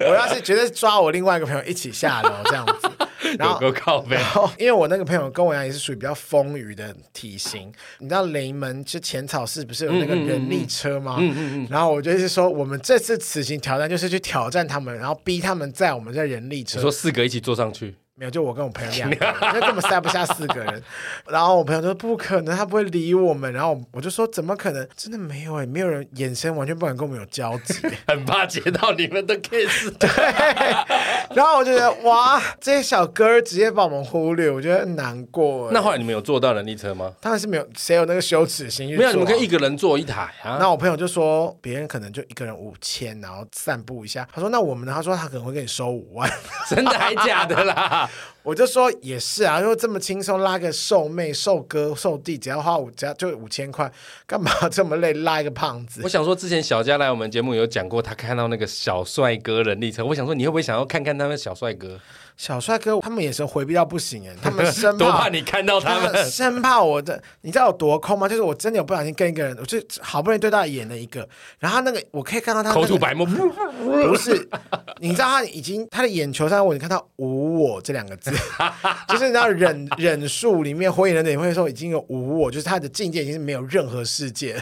S1: 我要是绝对是抓我另外一个朋友一起下楼这样 子， 然
S2: 有
S1: 后
S2: 个靠 背
S1: 然，后，因为我那个朋友跟我一样也是属于比较丰腴的体型，你知道雷门就浅草寺不是有那
S2: 嗯
S1: 个人力车吗？然后我就是说，我们这次此行挑战就是去挑战他们，然后逼他们在我们这人力
S2: 你
S1: 车
S2: 说四个一起坐 上去，
S1: 没有，就我跟我朋友两个人， 那根本塞不下四个人。然后我朋友说不可能，他不会理我们。然后我就说怎么可能？真的没有哎、没有人眼神完全不敢跟我们有交 集。
S2: 很怕接到你们的 case，
S1: 然后我就觉得哇，这些小哥儿直接把我们忽略，我觉得很难过欸、
S2: 那后来你们有坐到人力车吗？
S1: 当然是没有，谁有那个羞耻心去
S2: 没有，你
S1: 做
S2: 们
S1: 啊
S2: 可以一个人坐一台啊。
S1: 那我朋友就说，别人可能就一个人五千，然后散步一下。他说那我们呢？他说他可能会给你收五万。
S2: 真的还假的啦？
S1: 我就说也是啊，因为这么轻松拉个瘦妹、瘦哥、瘦弟，只要花五，只要就五千块，干嘛这么累拉一个胖子
S2: 我？想说，之前小佳来我们节目有讲过，他看到那个小帅哥人力车，我想说你会不会想要看看他们小帅哥？
S1: 小帅哥他们眼神回避到不行 哎，他们生
S2: 多怕
S1: 怕。
S2: 你看到他们。
S1: 生怕我的，你知道有多空吗？就是我真的有不小心跟一个人，我就好不容易对到眼的一个，然后他那个我可以看到他、那个、
S2: 口吐 白沫，
S1: 不是，你知道他已经他的眼球上，我已经看到“无我”这两个 字，就是你知道忍忍术里面火影忍者也会说已经有无我，就是他的境界已经是没有任何世 界，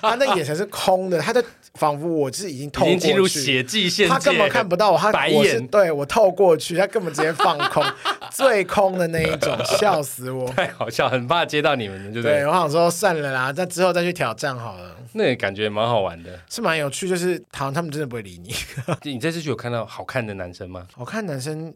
S1: 他那眼神是空的，他就仿佛我是已经透
S2: 已
S1: 过
S2: 经
S1: 去，
S2: 进入血迹现界，
S1: 他根本看不到我，他
S2: 白
S1: 我是
S2: 眼
S1: 对我透过去，他根本直接放 空，最空的那一种，笑死我。
S2: 太好笑，很怕接到你们的， 对不
S1: 对，
S2: 对？
S1: 我想说算了啦，那之后再去挑战好了，
S2: 那也感觉蛮好玩的。
S1: 是蛮有趣，就是好像他们真的不会理你。
S2: 你这次去有看到好看的男生吗？
S1: 我看男生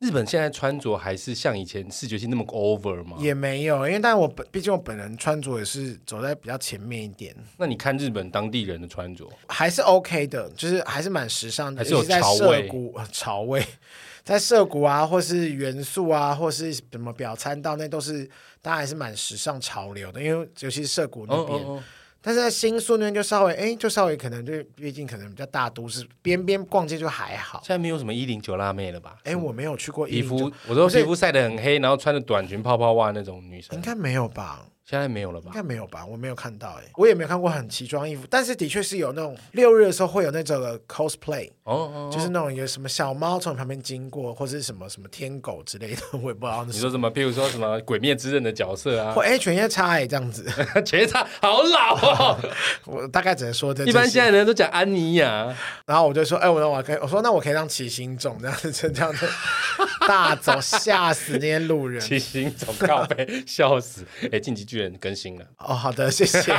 S2: 日本现在穿着还是像以前视觉性那么 over 吗？
S1: 也没有，因为但我本毕竟我本人穿着也是走在比较前面一点，
S2: 那你看日本当地人的穿着，
S1: 还是 OK 的，就是还是蛮时尚的，
S2: 还是有
S1: 尤其在
S2: 潮
S1: 涩
S2: 味
S1: 谷呃潮味， 在涩谷啊，或是元素啊，或是什么表参道那都是，大家还是蛮时尚潮流的，因为尤其是涩谷那
S2: 哦
S1: 边。
S2: 哦哦，
S1: 但是在新宿那边就稍微，哎，就稍微可能就毕竟可能比较大都市，边边逛街就还好
S2: 现。在没有什么一零九辣妹了吧？
S1: 哎，我没有去过
S2: 皮
S1: 109
S2: 肤，我说
S1: 不是
S2: 皮肤晒得很黑，然后穿着短裙泡泡袜那种女生
S1: 应，该没有吧？
S2: 现在没有了
S1: 应
S2: 吧？
S1: 该没有吧？我没有看到哎、我也没有看过很奇装异服，但是的确是有那种六日的时候会有那种 cosplay，、
S2: 哦哦，
S1: 就是那种有什么小猫从你旁边经过，或者是什么什么天狗之类的， 我也不知道那
S2: 你
S1: 是。
S2: 说什么？譬如说什么《鬼灭之刃》的角色啊
S1: 或，哎，犬夜叉哎，这样子，
S2: 觉得好老 哦。
S1: 我大概只能说这
S2: 一般
S1: 这些
S2: 现在人都讲安妮啊 亚，
S1: 然后我就说，哎、我我可以，我说那我可以当骑行种这样子，就这样子 大走，吓死那些路 人。
S2: 七星总告被 笑死。哎，《进击巨人》更新了。
S1: 哦，好的，谢 谢。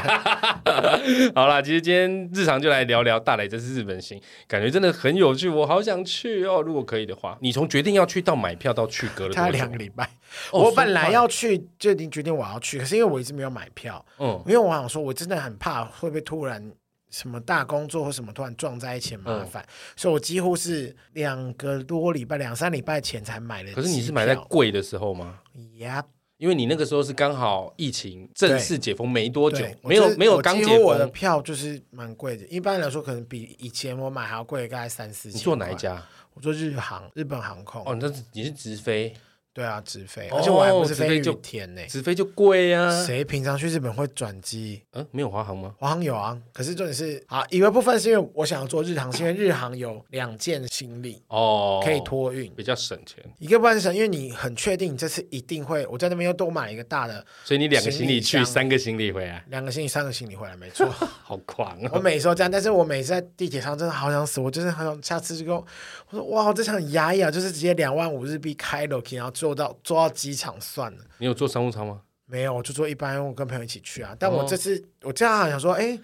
S2: 好啦，其实今天日常就来聊聊大磊这次日本行，感觉真的很有趣，我好想去哦。如果可以的话，你从决定要去到买票到去隔了
S1: 他
S2: 多
S1: 两个
S2: 久？
S1: 礼拜，
S2: 哦
S1: 我本
S2: 所
S1: 来
S2: 以
S1: 要去就已经决定我要去，可是因为我一直没有买票，
S2: 嗯
S1: 因为我想说，我真的很怕会不会突然什么大工作或什么突然撞在一起很
S2: 嗯
S1: 麻烦，所以我几乎是两个多礼拜、两三礼拜前才买的。
S2: 可是你是买在贵的时候吗？
S1: 呀？
S2: 因为你那个时候是刚好疫情正式解封没多久
S1: 对，，
S2: 没
S1: 我
S2: 有
S1: 就是
S2: 没有
S1: 我
S2: 刚
S1: 几
S2: 解
S1: 乎我的
S2: 封。
S1: 票就是蛮贵的，一般来说可能比以前我买还要贵，大概三四千。
S2: 你坐哪一？家？
S1: 我坐日航，日本航空。
S2: 哦，那是你是直飞，
S1: 对啊，直飞，
S2: 哦
S1: 而且我还不是
S2: 直飞
S1: 飞
S2: 就
S1: 雨天呢、
S2: 直飞就贵呀、啊。
S1: 谁平常去日本会转机？
S2: 嗯，没有华航吗？
S1: 华航有啊，可是重点是啊，一个部分是因为我想要做日航，是因为日航有两件行李
S2: 哦，
S1: 可以，托运，
S2: 比较省钱，
S1: 一个半程，因为你很确定你这次一定会，我在那边又多买一个大的，
S2: 所以你两个行
S1: 行
S2: 李去，
S1: 李箱
S2: 三个行李回来，
S1: 两个星期、三个星期回来，没 错。
S2: 好狂
S1: 我
S2: 哦！
S1: 每次都这样，但是我每次在地铁上真的好想死，我真的好想下次就跟我我说哇，我这场牙牙就是直接两万五日币开楼梯，然后坐到坐到机场算了。
S2: 你有坐商务舱吗？
S1: 没有，我就坐一般，我跟朋友一起去啊。但我
S2: 哦
S1: 这次、我这样好想说，哎，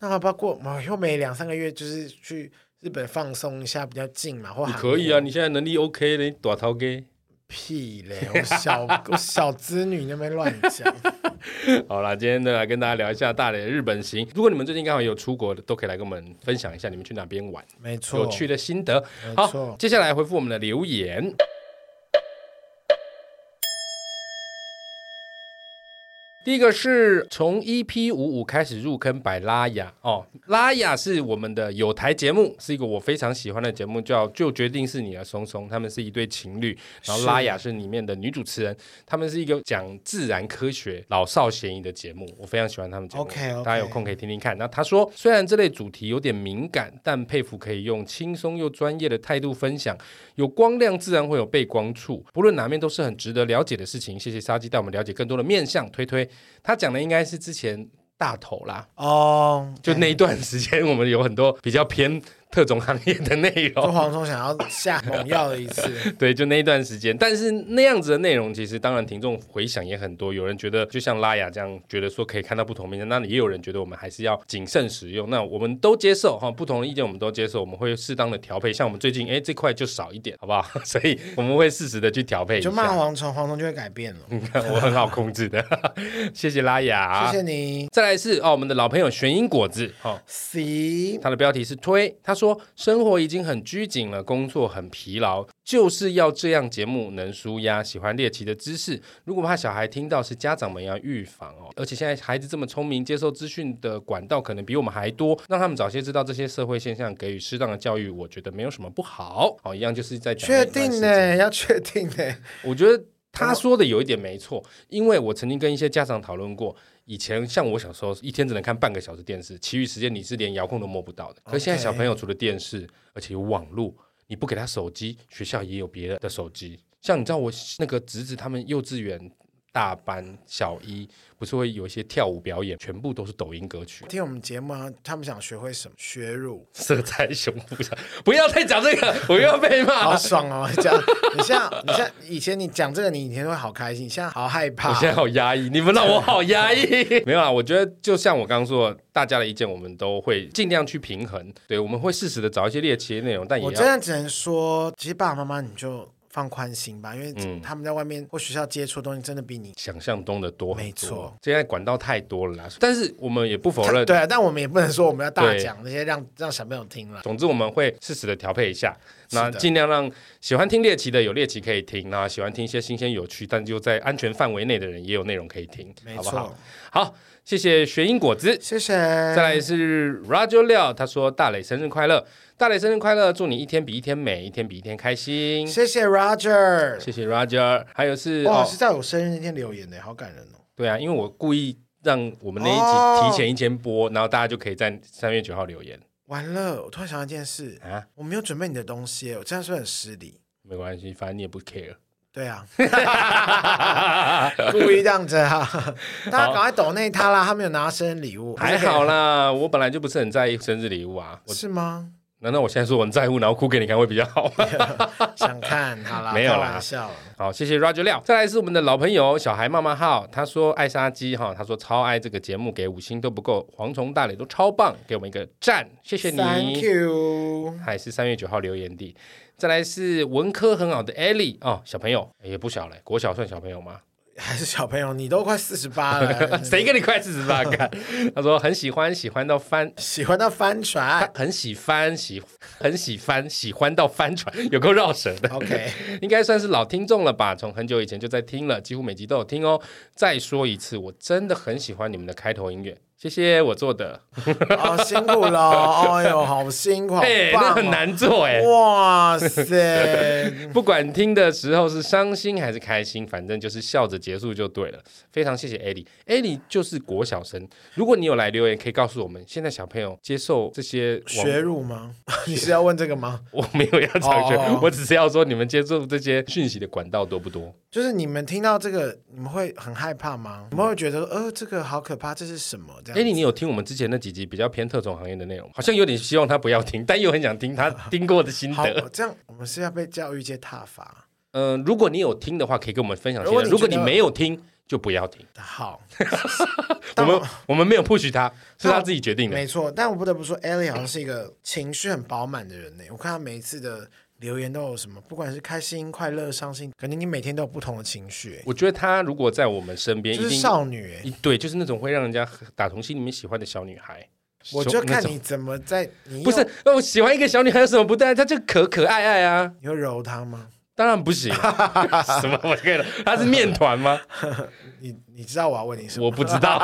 S1: 那要不要过？我又每两三个月就是去日本放松一下，比较近嘛，或
S2: 你
S1: 韩
S2: 可以啊
S1: 国
S2: 啊，你现在能力 OK 的，你短逃给
S1: 屁嘞！我小 我小资女那边乱讲，
S2: 好啦，今天呢来跟大家聊一下大磊的日本行。如果你们最近刚好有出国的，都可以来跟我们分享一下你们去哪边玩
S1: 没错，
S2: 有趣的心得。
S1: 没
S2: 好，
S1: 错
S2: 接下来回复我们的留言。第一个是从 EP 五五开始入坑百拉雅哦，拉雅是我们的有台节目，是一个我非常喜欢的节目，叫《就决定是你了》。松松他们是一对情侣，然后
S1: 是
S2: 拉雅是里面的女主持人，他们是一个讲自然科学、老少咸宜的节目，我非常喜欢他们节目。
S1: OK，OK
S2: 大家有空可以听听看。那他说，虽然这类主题有点敏感，但佩服可以用轻松又专业的态度分享，有光亮自然会有背光处，不论哪面都是很值得了解的事情。谢谢沙基带我们了解更多的面向，推推。他讲的应该是之前大头啦，
S1: 哦。
S2: 就那一段时间我们有很多比较偏特种行业的内容
S1: 就。黄忠想要下猛药的一 次，
S2: 对，就那一段时间，但是那样子的内容，其实当然听众回响也很多。有人觉得就像拉雅这样，觉得说可以看到不同面向，那也有人觉得我们还是要谨慎使用。那我们都接受哈，不同的意见我们都接受，我们会适当的调配。像我们最近哎这块就少一点，好不 好？所以我们会适时的去调配一
S1: 就骂
S2: 下。嗯
S1: 蝗虫，蝗虫就会改变了。
S2: 你看 我很好控制的， 谢谢拉雅。啊
S1: 谢谢你
S2: 再来是哦，我们的老朋友玄英果子哦，
S1: ，C
S2: 他的标题是推，他说生活已经很拘谨了，工作很疲劳，就是要这样节目能舒压。喜欢猎奇的知识，如果怕小孩听到，是家长们要预防哦。而且现在孩子这么聪明，接受资讯的管道可能比我们还多，让他们早些知道这些社会现象，给予适当的教育，我觉得没有什么不好。哦，一样就是在讲
S1: 确
S2: 那段时
S1: 定
S2: 间
S1: 呢？ 要确定呢？
S2: 我觉得他说的有一点没错，因为我曾经跟一些家长讨论过，以前像我小时候一天只能看半个小时电视，其余时间你是连遥控都摸不到的。可是现在
S1: OK
S2: 小朋友除了电视，而且有网络，你不给他手机，学校也有别的的手机。像你知道我那个侄子他们幼稚园。大班小一不是会有一些跳舞表演，全部都是抖音歌曲，
S1: 听我们节目啊，他们想学会什么？学 乳，
S2: 色彩胸部上，不要再讲这个，我又要被骂。
S1: 好爽哦！讲，你现在，你现在以前你讲这个，你以前会好开心，你现在好害怕
S2: 我。现在好压抑，你们让我好压抑。 没有啊，我觉得就像我刚刚说的，大家的意见我们都会尽量去平衡。对，我们会适时的找一些猎奇的内容，但也
S1: 我
S2: 要
S1: 真的只能说，其实爸爸妈妈你就放宽心吧，因
S2: 嗯
S1: 为他们在外面或学校接触的东西真的比你
S2: 想象中的多很多。
S1: 没错，
S2: 现在管道太多了啦，但是我们也不否认。
S1: 对啊，但我们也不能说我们要大
S2: 对
S1: 讲那些让让小朋友听了。
S2: 总之，我们会适时的调配一下，
S1: 是的
S2: 那尽量让喜欢听猎奇的有猎奇可以听，那喜欢听一些新鲜有趣但又在安全范围内的人也有内容可以听，
S1: 没
S2: 好不
S1: 错，
S2: 好？好，谢谢玄英果子。
S1: 谢谢。
S2: 再
S1: 再
S2: 来是 Rajo 廖，他说大磊生日快乐，大磊生日快乐，祝你一天比一天美，一天比一天开心。
S1: 谢谢 Roger。
S2: 谢谢 Roger，还有是
S1: 哇，
S2: 哦，
S1: 是在我生日那天留言的，好感人哦。
S2: 对啊，因为我故意让我们那一
S1: 哦
S2: 集提前一天播，然后大家就可以在三月九号留言
S1: 完了，我突然想到一件事，
S2: 啊，
S1: 我没有准备你的东西耶，我这样是不是很失礼？
S2: 没关系，反正你也不 care。
S1: 对 啊，故意这样子啊！大家赶快抖内他啦，他没有拿生日礼物，
S2: 还好啦，我本来就不是很在意生日礼物啊，我
S1: 是吗？
S2: 难道我现在说我很在乎，然后哭给你看会比较好吗？
S1: 想看，好啦，
S2: 没有啦
S1: 开玩笑啦。
S2: 好，谢谢 Roger 廖。再来是我们的老朋友小孩妈妈号，他说爱杀鸡哈，他说超爱这个节目，给五星都不够，蝗虫大磊都超棒，给我们一个赞，谢谢
S1: Thank
S2: 你。
S1: you。
S2: 还是三月九号留言地。再来是文科很好的 Ellie 哦，小朋友也不小了，国小算小朋友吗？，
S1: 还是小朋友，你都快四十八了
S2: 谁跟你快四十八干？ 他说很喜欢，喜欢到翻。
S1: 喜欢到翻
S2: 他
S1: 船
S2: 很喜欢，喜很喜欢，喜欢到翻船，有够绕舌的。
S1: ？OK，
S2: 应该算是老听众了吧，从很久以前就在听了，几乎每集都有听哦。再说一次，我真的很喜欢你们的开头音乐，谢谢我做的，
S1: 哦，辛苦了哦，哎呦，好辛苦，好
S2: 哎、
S1: 棒
S2: 那
S1: 哦
S2: 很难做哎、
S1: 哇 塞！
S2: 不管听的时候是伤心还是开心，反正就是笑着结束就对了。非常谢谢艾莉，艾莉就是国小生。如果你有来留言，可以告诉我们，现在小朋友接受这些网
S1: 学入吗？ 你是要问这个吗？
S2: 我没有要讲学，
S1: 哦
S2: 我只是要说你们接受这些讯息的管道多不多？
S1: 就是你们听到这个，你们会很害怕吗？你们会觉得，呃，这个好可怕，这是什么？这
S2: 艾
S1: 样
S2: 莉，你有听我们之前那几集比较偏特种行业的内容吗？好像有点希望他不要听， 但又很想听他听过的心
S1: 好，
S2: 得。
S1: 我这样我们是要被教育界挞伐。
S2: 嗯、如果你有听的话，可以跟我们分享心
S1: 如果
S2: 得；
S1: 你
S2: 如果你
S1: 觉得
S2: 没有听，就不要听。
S1: 好，
S2: 我
S1: 但
S2: 们我们没有 push 他，是
S1: 但
S2: 他
S1: 我
S2: 自己决定的。
S1: 没错，但我不得不说，Ellie 好像是一个情绪很饱满的人呢。我看她每一次的留言都有什么，不管是开心、快乐、伤心，感觉你每天都有不同的情绪、欸
S2: 我觉得她如果在我们身边，
S1: 就
S2: 一
S1: 是
S2: 定
S1: 少女、欸。
S2: 一对，就是那种会让人家打从心里面喜欢的小女孩。
S1: 我
S2: 就
S1: 就看
S2: 那种
S1: 你怎么在，你
S2: 不
S1: 有
S2: 是，那我喜欢一个小女孩有什么不对？她就可可爱爱啊，
S1: 你会揉它吗？
S2: 当然 不行。什么我跟了？她是面团吗？
S1: 你你知道我要问你什么？
S2: 我不知道，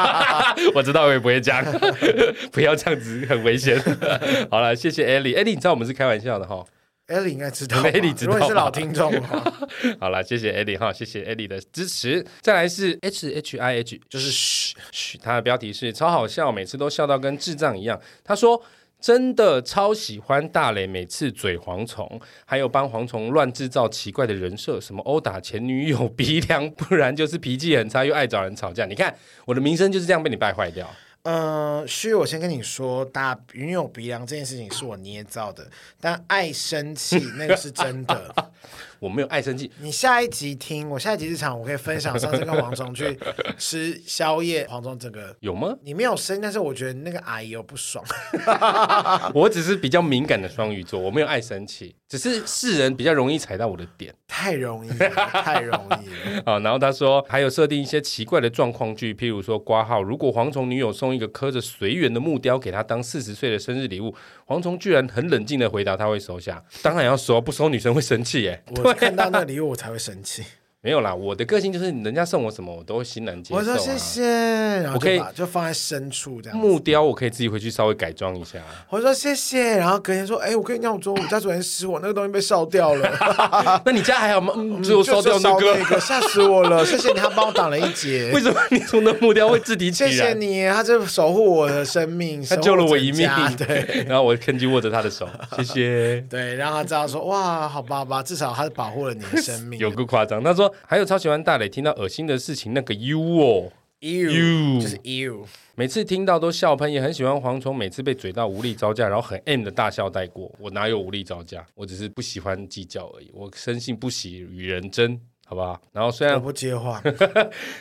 S2: 我知道我也不会这样， 不要这样子，很危险。 好了，谢谢 Ellie，Ellie，你知道我们是开玩笑的哈。
S1: 艾莉应该知道吧，
S2: Ellie 知道
S1: 如果你是
S2: 吧
S1: 老听众的话，
S2: 好了，谢谢 Ellie 哈，谢谢 Ellie 的支持。再来是 H H I H，就是嘘嘘，他的标题是超好笑，每次都笑到跟智障一样。他说。真的超喜欢大磊，每次嘴蝗虫，还有帮蝗虫乱制造奇怪的人设，什么殴打前女友、鼻梁，不然就是脾气很差又爱找人吵架。你看我的名声就是这样被你败坏掉。
S1: 嗯、呃，虚，我先跟你说，打云有鼻梁这件事情是我捏造的，但爱生气那个是真的。
S2: 我没有爱生气，
S1: 你下一集听，我下一集日常我可以分享上次跟黄总去吃宵夜，黄总整个
S2: 有吗？
S1: 你没有生，但是我觉得那个阿姨有不爽。 啊
S2: 我只是比较敏感的双鱼座，我没有爱生气，只是世人比较容易踩到我的点。
S1: 太容易了，太容易了。
S2: 啊，然后他说还有设定一些奇怪的状况剧，譬如说挂号，如果蝗虫女友送一个刻着随缘的木雕给他当四十岁的生日礼物，蝗虫居然很冷静的回答他会收下，当然要收，不收女生会生气耶。
S1: 我看到那礼物我才会生气，
S2: 没有啦，我的个性就是人家送我什么我都会欣然接受、
S1: 我
S2: 啊。
S1: 说谢谢，然后
S2: 我可以
S1: 就把就放在深处这样。
S2: 木雕我可以自己回去稍微改装一下，
S1: 我说谢谢，然后隔天说，哎，我跟你讲，我昨我家昨天失火，那个东西被烧掉 了，
S2: 那你家还好吗？嗯，只有烧掉那
S1: 啊就
S2: 个
S1: 是。烧吓死我了！谢谢你，他帮我挡了一劫
S2: 为，什么你从那木雕会自敌起
S1: 谢
S2: 燃？
S1: 谢你，他这守护我的生命，
S2: 他救了我一命
S1: 守护整 家，对。
S2: 然后我趁机握着他 的手，谢谢。
S1: 对，让他知道说哇，好吧好吧，至少他保护了你的生命。
S2: 有个夸张，他说还有超喜欢大磊听到恶心的事情那个 U 哦，You
S1: you 就是 you，
S2: 每次听到都笑喷，也很喜欢蝗虫，每次被嘴到无力招架，然后很 M 的大笑带过。我哪有无力招架？我只是不喜欢计较而已。我深信不喜与人争，好不好？然后虽
S1: 我
S2: 然
S1: 不接话。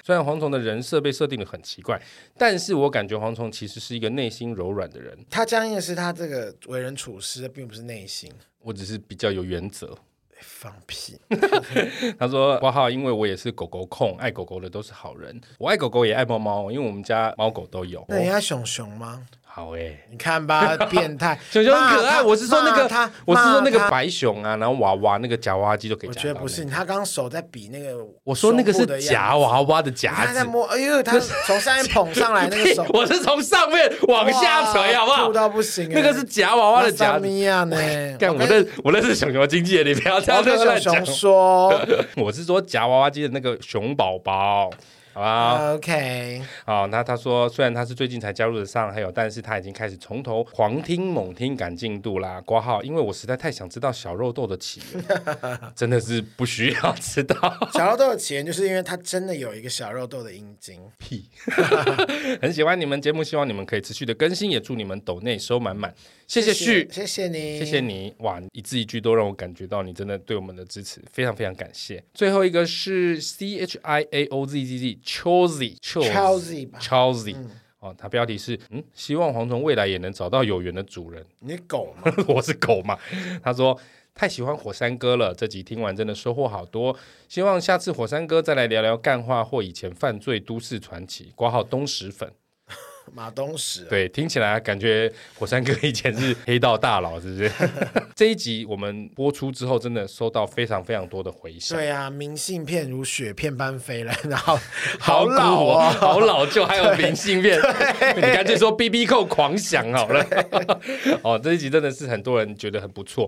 S2: 虽然蝗虫的人设被设定的很奇怪，但是我感觉蝗虫其实是一个内心柔软的人，
S1: 他僵硬的是他这个为人处事，并不是内心。
S2: 我只是比较有原则。
S1: 放屁！
S2: 他说：“挂号，因为我也是狗狗控，爱狗狗的都是好人。我爱狗狗也爱猫猫，因为我们家猫狗都有。
S1: 那人家熊熊吗？
S2: 好哎、欸，
S1: 你看吧， 变态。
S2: 熊熊很可爱。
S1: 骂他
S2: 我是说那
S1: 骂
S2: 个，
S1: 他，
S2: 我是说那个
S1: 骂他。
S2: 白熊啊，然后娃娃那个夹娃娃机都给
S1: 我
S2: 夹
S1: 觉得
S2: 到
S1: 不是，
S2: 那个。
S1: 他刚刚手在比那个，
S2: 我说那个是夹
S1: 我，
S2: 娃娃的
S1: 他
S2: 夹
S1: 在
S2: 子。”，
S1: 摸，哎呦，他从上面捧上来那个手
S2: 我是从上面往下垂，
S1: 哇
S2: 好不好
S1: 吐？到不行欸。
S2: 那个是夹娃娃的夹子。
S1: 米亚呢？
S2: 干，我
S1: 跟
S2: 认我认识熊熊经纪人，你不要这
S1: 我
S2: 样
S1: 跟
S2: 乱
S1: 熊
S2: 讲
S1: 熊。说
S2: 我是说夹娃娃机的那个熊宝宝，好吧？
S1: ，OK，
S2: 好、那他说，虽然他是最近才加入的上海友，但是他已经开始从头狂听猛听赶进度啦。挂号，因为我实在太想知道小肉豆的起源，真的是不需要知道。
S1: 小肉豆的起源就是因为它真的有一个小肉豆的阴茎。
S2: 屁，很喜欢你们节目，希望你们可以持续的更新，也祝你们抖内收满满。谢谢旭，
S1: 谢谢你，
S2: 谢谢你，哇，一字一句都让我感觉到你真的对我们的支持，非常非常感谢。最后一个是 C H I A O Z Z Z Chozy
S1: Chelsea 吧
S2: Chelsea，、哦，它标题是嗯，希望蝗虫未来也能找到有缘的主人。
S1: 你是狗吗？
S2: 我是狗嘛，他说太喜欢火山哥了，这集听完真的收获好多，希望下次火山哥再来聊聊干话或以前犯罪都市传奇，挂号东石粉。
S1: 马东石哦、
S2: 对，听起来感觉火山哥以前是黑道大佬，是不是？这一集我们播出之后，真的收到非常非常多的回响。
S1: 对啊，明信片如雪片般飞来，然后
S2: 好
S1: 好老
S2: 古
S1: 哦。
S2: 好老啊旧，还有明信 片，你干脆说 B B 扣狂想好了。 哦，这一集真的是很多人觉得很不错。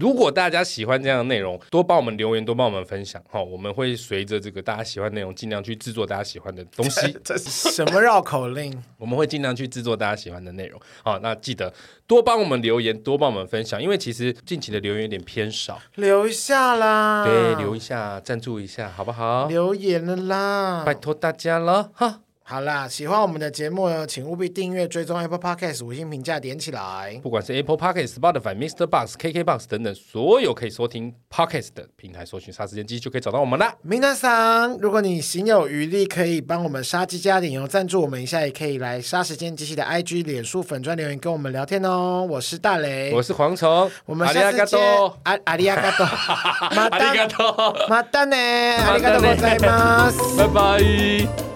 S2: 如果大家喜欢这样的内容，多帮我们留言，多帮我们分享哈、哦，我们会随着这个大家喜欢的内容，尽量去制作大家喜欢的东 西。
S1: 这是什么绕口令？
S2: 我们会尽量去制作大家喜欢的内容。好、那记得多帮我们留言，多帮我们分享，因为其实近期的留言有点偏少，
S1: 留一下啦，
S2: 啊对，留一下，赞助一下，好不好？
S1: 留言了啦
S2: 拜。托大家了哈。
S1: 好啦，喜欢我们的节目呢，请务必订阅、追踪 Apple Podcast 五星评价点起来。
S2: 不管是 Apple Podcast、Spotify、Mr. Box、KK Box 等等所有可以收听 Podcast 的平台，搜寻“杀时间机”就可以找到我们啦。
S1: 明娜桑，如果你行有余力，可以帮我们杀鸡加点油，赞助我们一下，也可以来杀时间机器的 IG、脸书粉专留言跟我们聊天哦。我是大雷，
S2: 我是蝗虫，
S1: 我们
S2: 阿里
S1: 下
S2: 阿
S1: 次
S2: 嘎
S1: 见
S2: 多，。
S1: 阿阿里亚 嘎多，马
S2: 阿里
S1: 丹
S2: 嘎多，
S1: 马丹呢？阿
S2: ま
S1: 里嘎
S2: た
S1: 多，
S2: ね
S1: ございます。
S2: 拜拜。